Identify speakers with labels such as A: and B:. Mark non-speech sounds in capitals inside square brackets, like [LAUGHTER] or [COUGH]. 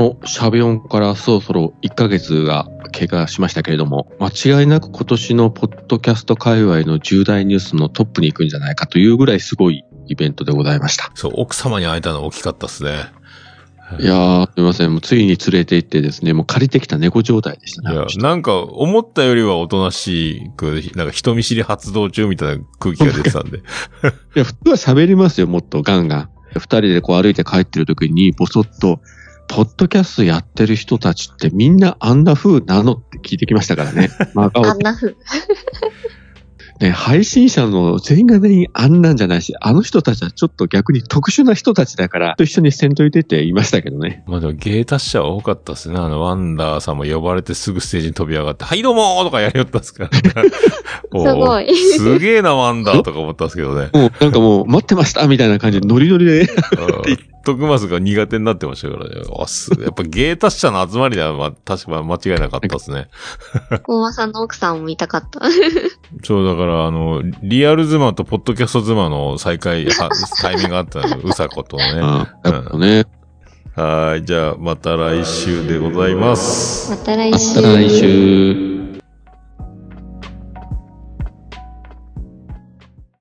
A: お、シャビオンからそろそろ1ヶ月が経過しましたけれども、間違いなく今年のポッドキャスト界隈の重大ニュースのトップに行くんじゃないかというぐらいすごいイベントでございました。
B: そう、奥様に会えたの大きかったですね。
A: いやー、すみません。もうついに連れて行ってですね、もう借りてきた猫状態でした
B: い
A: ね。
B: や、なんか、思ったよりはおとなしく、なんか人見知り発動中みたいな空気が出てたん
C: [LAUGHS]
B: で。
A: いや、普通は喋りますよ、もっとガンガン。二人でこう歩いて帰ってる時に、ぼそっと、ポッドキャストやってる人たちってみんなあんな風なのって聞いてきましたからね。真顔
C: あんな風。
A: ね、配信者の全員が全員あんなんじゃないし、あの人たちはちょっと逆に特殊な人たちだから、と一緒にせんといてって言いましたけどね。
B: まあでも芸達者は多かったですね。あの、ワンダーさんも呼ばれてすぐステージに飛び上がって、はいどうもーとかやりよったんですから、
C: [LAUGHS]
B: ね。おー
C: すごい
B: すげえな、ワンダーとか思ったんですけど
C: [LAUGHS]
B: ね。
A: もうなんかもう待ってましたみたいな感じでノリノリで。
B: うん徳松が苦手になってましたからね。あすやっぱ芸達者の集まりでは、まあ、確か間違いなかったですね。
C: 大間さんの奥さんも見たかった。
B: そう、だから、あの、リアル妻とポッドキャスト妻の再会、は [LAUGHS] タイミングがあったの、うさこと
A: うん。
B: ね。
A: やっぱね。
B: はい、じゃあ、また来週でございます。
C: また来
A: ま
C: 週。
A: た来週。